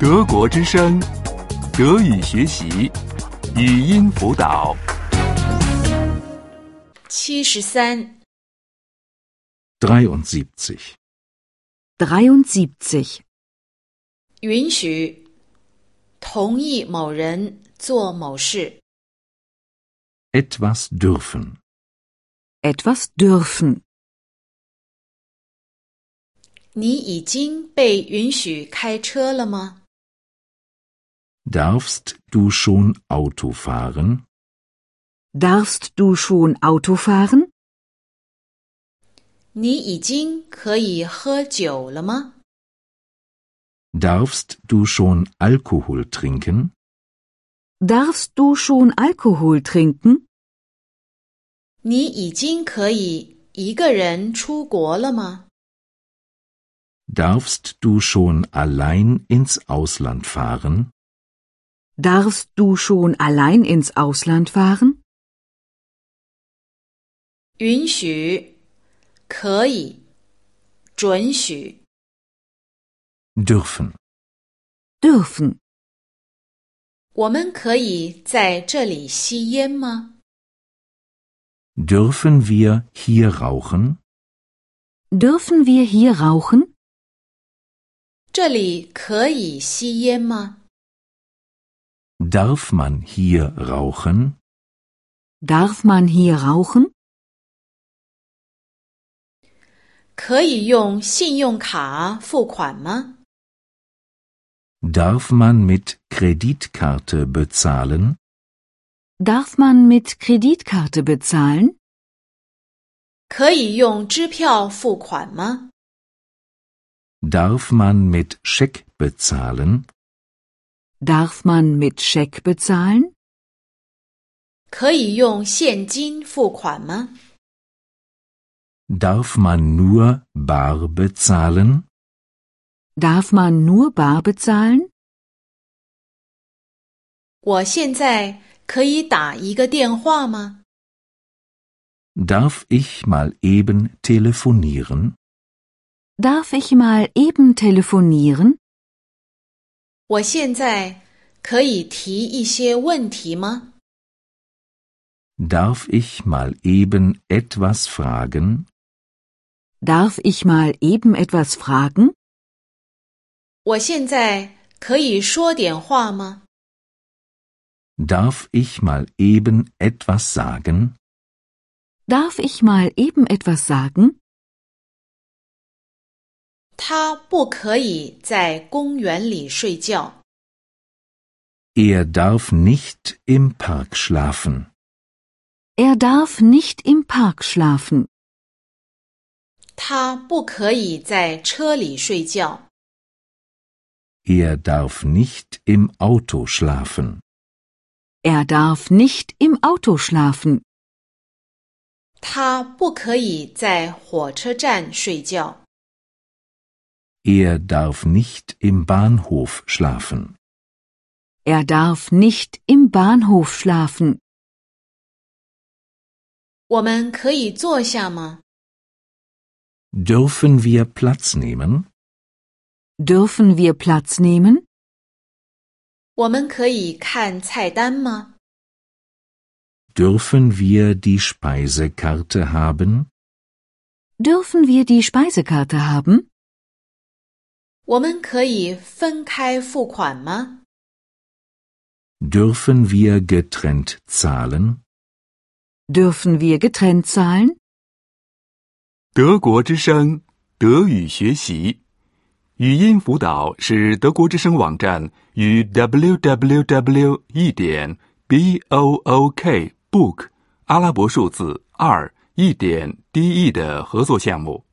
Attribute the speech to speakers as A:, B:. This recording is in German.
A: 德国之声，德语学习，语音辅导。
B: 七十三，
C: 73.
D: 73.
B: 允许同意某人做某事。
C: Etwas dürfen.
D: Etwas dürfen.
B: 你已经被允许开车了吗？
C: Darfst du schon Auto fahren?
D: Darfst du schon Auto fahren?
B: 你已经可以喝酒了吗？
C: Darfst du schon Alkohol trinken?
D: Darfst du schon Alkohol trinken?
B: 你已经可以一个人出国了吗？
C: Darfst du schon allein ins Ausland fahren?
D: Darfst du schon allein ins Ausland fahren?
B: 允许，可以，准许。
C: Dürfen.
D: Dürfen.
B: 我们可以在这里吸烟吗？
C: Dürfen wir hier rauchen?
D: Dürfen wir hier rauchen?
B: 这里可以吸烟吗？
C: Darf man hier rauchen?
D: Darf man hier rauchen?
B: 可以用信用卡付款吗？
C: Darf man mit Kreditkarte bezahlen?
D: Darf man mit Kreditkarte bezahlen?
B: 可以用支票付款吗？
C: Darf man mit Scheck bezahlen?
D: Darf man mit Scheck bezahlen?
B: 可以用现金付款吗？
C: Darf man nur bar bezahlen?
D: Darf man nur bar bezahlen?
B: 我现在可以打一个电话吗？
C: Darf ich mal eben telefonieren?
D: Darf ich mal eben telefonieren?
B: 我现在可以提一些问题吗？
C: Darf ich mal eben etwas fragen?
D: Darf ich mal eben etwas fragen?
B: 我现在可以说点话吗？
C: Darf ich mal eben etwas sagen?
D: Darf ich mal eben etwas sagen?
B: 他不可以在公园里睡觉。
C: Er darf nicht im Park schlafen.
D: Er darf nicht im Park schlafen.
B: 他不可以在车里睡觉。
C: Er darf nicht im Auto schlafen.
D: Er darf nicht im Auto schlafen.
B: 他不可以在火车站睡觉。
C: Er darf nicht im Bahnhof schlafen.
D: Er darf nicht im Bahnhof schlafen.
B: 我们可以坐下吗？
C: Dürfen wir Platz nehmen?
D: Dürfen wir Platz nehmen?
B: 我们可以看菜单吗？
C: Dürfen wir die Speisekarte haben?
D: Dürfen wir die Speisekarte haben?
B: 我们可以分开付款吗？
C: Dürfen wir getrennt zahlen?
D: Dürfen wir getrennt zahlen?
A: 德国之声，德语学习，语音辅导是德国之声网站与 www. 一点 b o o k book 阿拉伯数字二一点 d e 的合作项目。